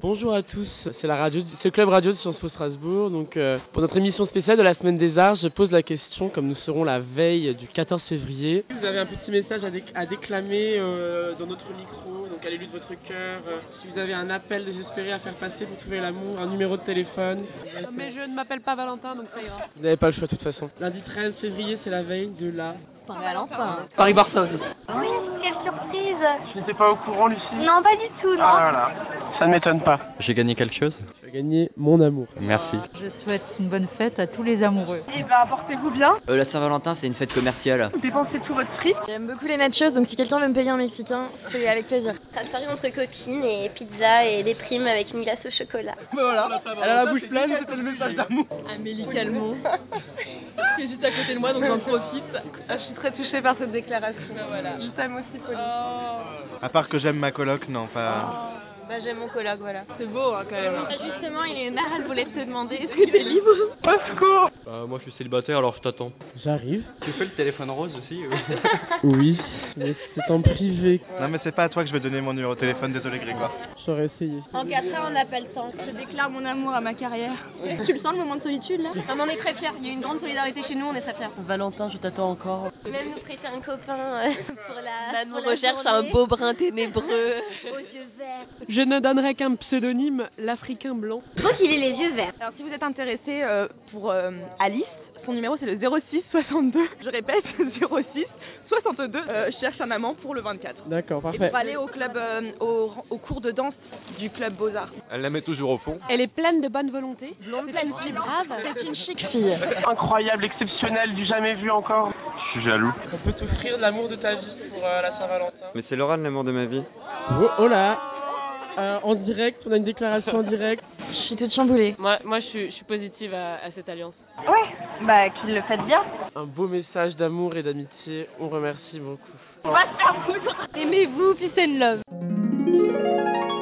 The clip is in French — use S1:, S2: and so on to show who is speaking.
S1: Bonjour à tous, c'est la radio, c'est le club radio de Sciences Po Strasbourg. Donc euh, pour notre émission spéciale de la semaine des arts, je pose la question comme nous serons la veille du 14 février. Vous avez un petit message à, déc- à déclamer euh, dans notre micro, donc à l'élu de votre cœur. Euh, si vous avez un appel désespéré à faire passer pour trouver l'amour, un numéro de téléphone.
S2: Euh, Mais je ne m'appelle pas Valentin, donc ça ira.
S1: Vous n'avez pas le choix de toute façon. Lundi 13 février, c'est la veille de la
S2: Valentin.
S1: Paris-Barcelone.
S3: Oui, quelle surprise
S1: Je n'étais pas au courant, Lucie. Ah
S3: Non, pas du tout, non.
S1: là, ça ne m'étonne pas.
S4: J'ai gagné quelque chose
S1: Je vais gagner mon amour.
S4: Merci.
S5: Euh, Je souhaite une bonne fête à tous les amoureux.
S2: Eh ben, portez-vous bien.
S4: Euh, la Saint-Valentin, c'est une fête commerciale.
S2: Dépensez tout votre fric.
S6: J'aime beaucoup les nachos, donc si quelqu'un veut me payer un mexicain, c'est avec plaisir.
S3: Ça serait entre copines et pizza et des primes avec une glace au chocolat.
S1: Elle a la bouche pleine, c'était le message d'amour.
S6: Amélie Calmont, qui est juste à côté de moi, donc j'en profite.
S2: Ah,
S6: Ben,
S2: Je suis très touchée par cette déclaration. Je t'aime aussi,
S6: Oh,
S2: Pauline.
S7: À part que j'aime ma coloc, non, pas.
S6: ben,
S2: Bah, j'aime mon collègue, voilà. C'est beau, hein, quand même.
S6: Justement, Elena, elle voulait te demander est-ce que t'es libre
S4: Euh, moi, je suis célibataire, alors je t'attends.
S1: J'arrive.
S4: Tu fais le téléphone rose aussi
S1: Oui, mais c'est en privé.
S7: Non, mais c'est pas à toi que je vais donner mon numéro de téléphone, désolé Grégoire.
S1: J'aurais essayé.
S6: En cas, on n'a pas le temps. Je déclare mon amour à ma carrière. tu le sens, le moment de solitude, là On en est très fiers. Il y a une grande solidarité chez nous, on est très fiers.
S3: Même nous prêter un copain euh, pour la.
S6: Là, Bah, nous
S3: pour la
S6: recherche
S3: journée,
S6: un beau brin ténébreux.
S3: Aux yeux verts.
S2: Je ne donnerai qu'un pseudonyme, l'Africain blanc.
S3: Faut qu'il ait les yeux verts.
S6: Alors, si vous êtes intéressé euh, pour euh, Alice, son numéro c'est le 06 62. Je répète, 06 62. Euh, je cherche un amant pour le 24.
S1: D'accord,
S6: Et
S1: parfait.
S6: pour aller au club, euh, au, au cours de danse du club Beaux-Arts.
S4: Elle la met toujours au fond.
S2: Elle est pleine de bonne volonté.
S6: C'est une chic fille.
S1: Incroyable, exceptionnel, du jamais vu encore.
S7: Je suis jaloux.
S1: On peut t'offrir l'amour de ta vie pour euh, la Saint-Valentin.
S4: Mais c'est Laura l'amour de ma vie.
S1: Oh, oh là Euh, En direct, on a une déclaration en direct.
S6: Je suis toute chamboulée.
S2: Moi, moi je, suis, je suis positive à, à cette alliance.
S6: Ouais, bah qu'il le fasse bien.
S1: Un beau message d'amour et d'amitié. On remercie beaucoup.
S6: Aimez-vous, peace and love.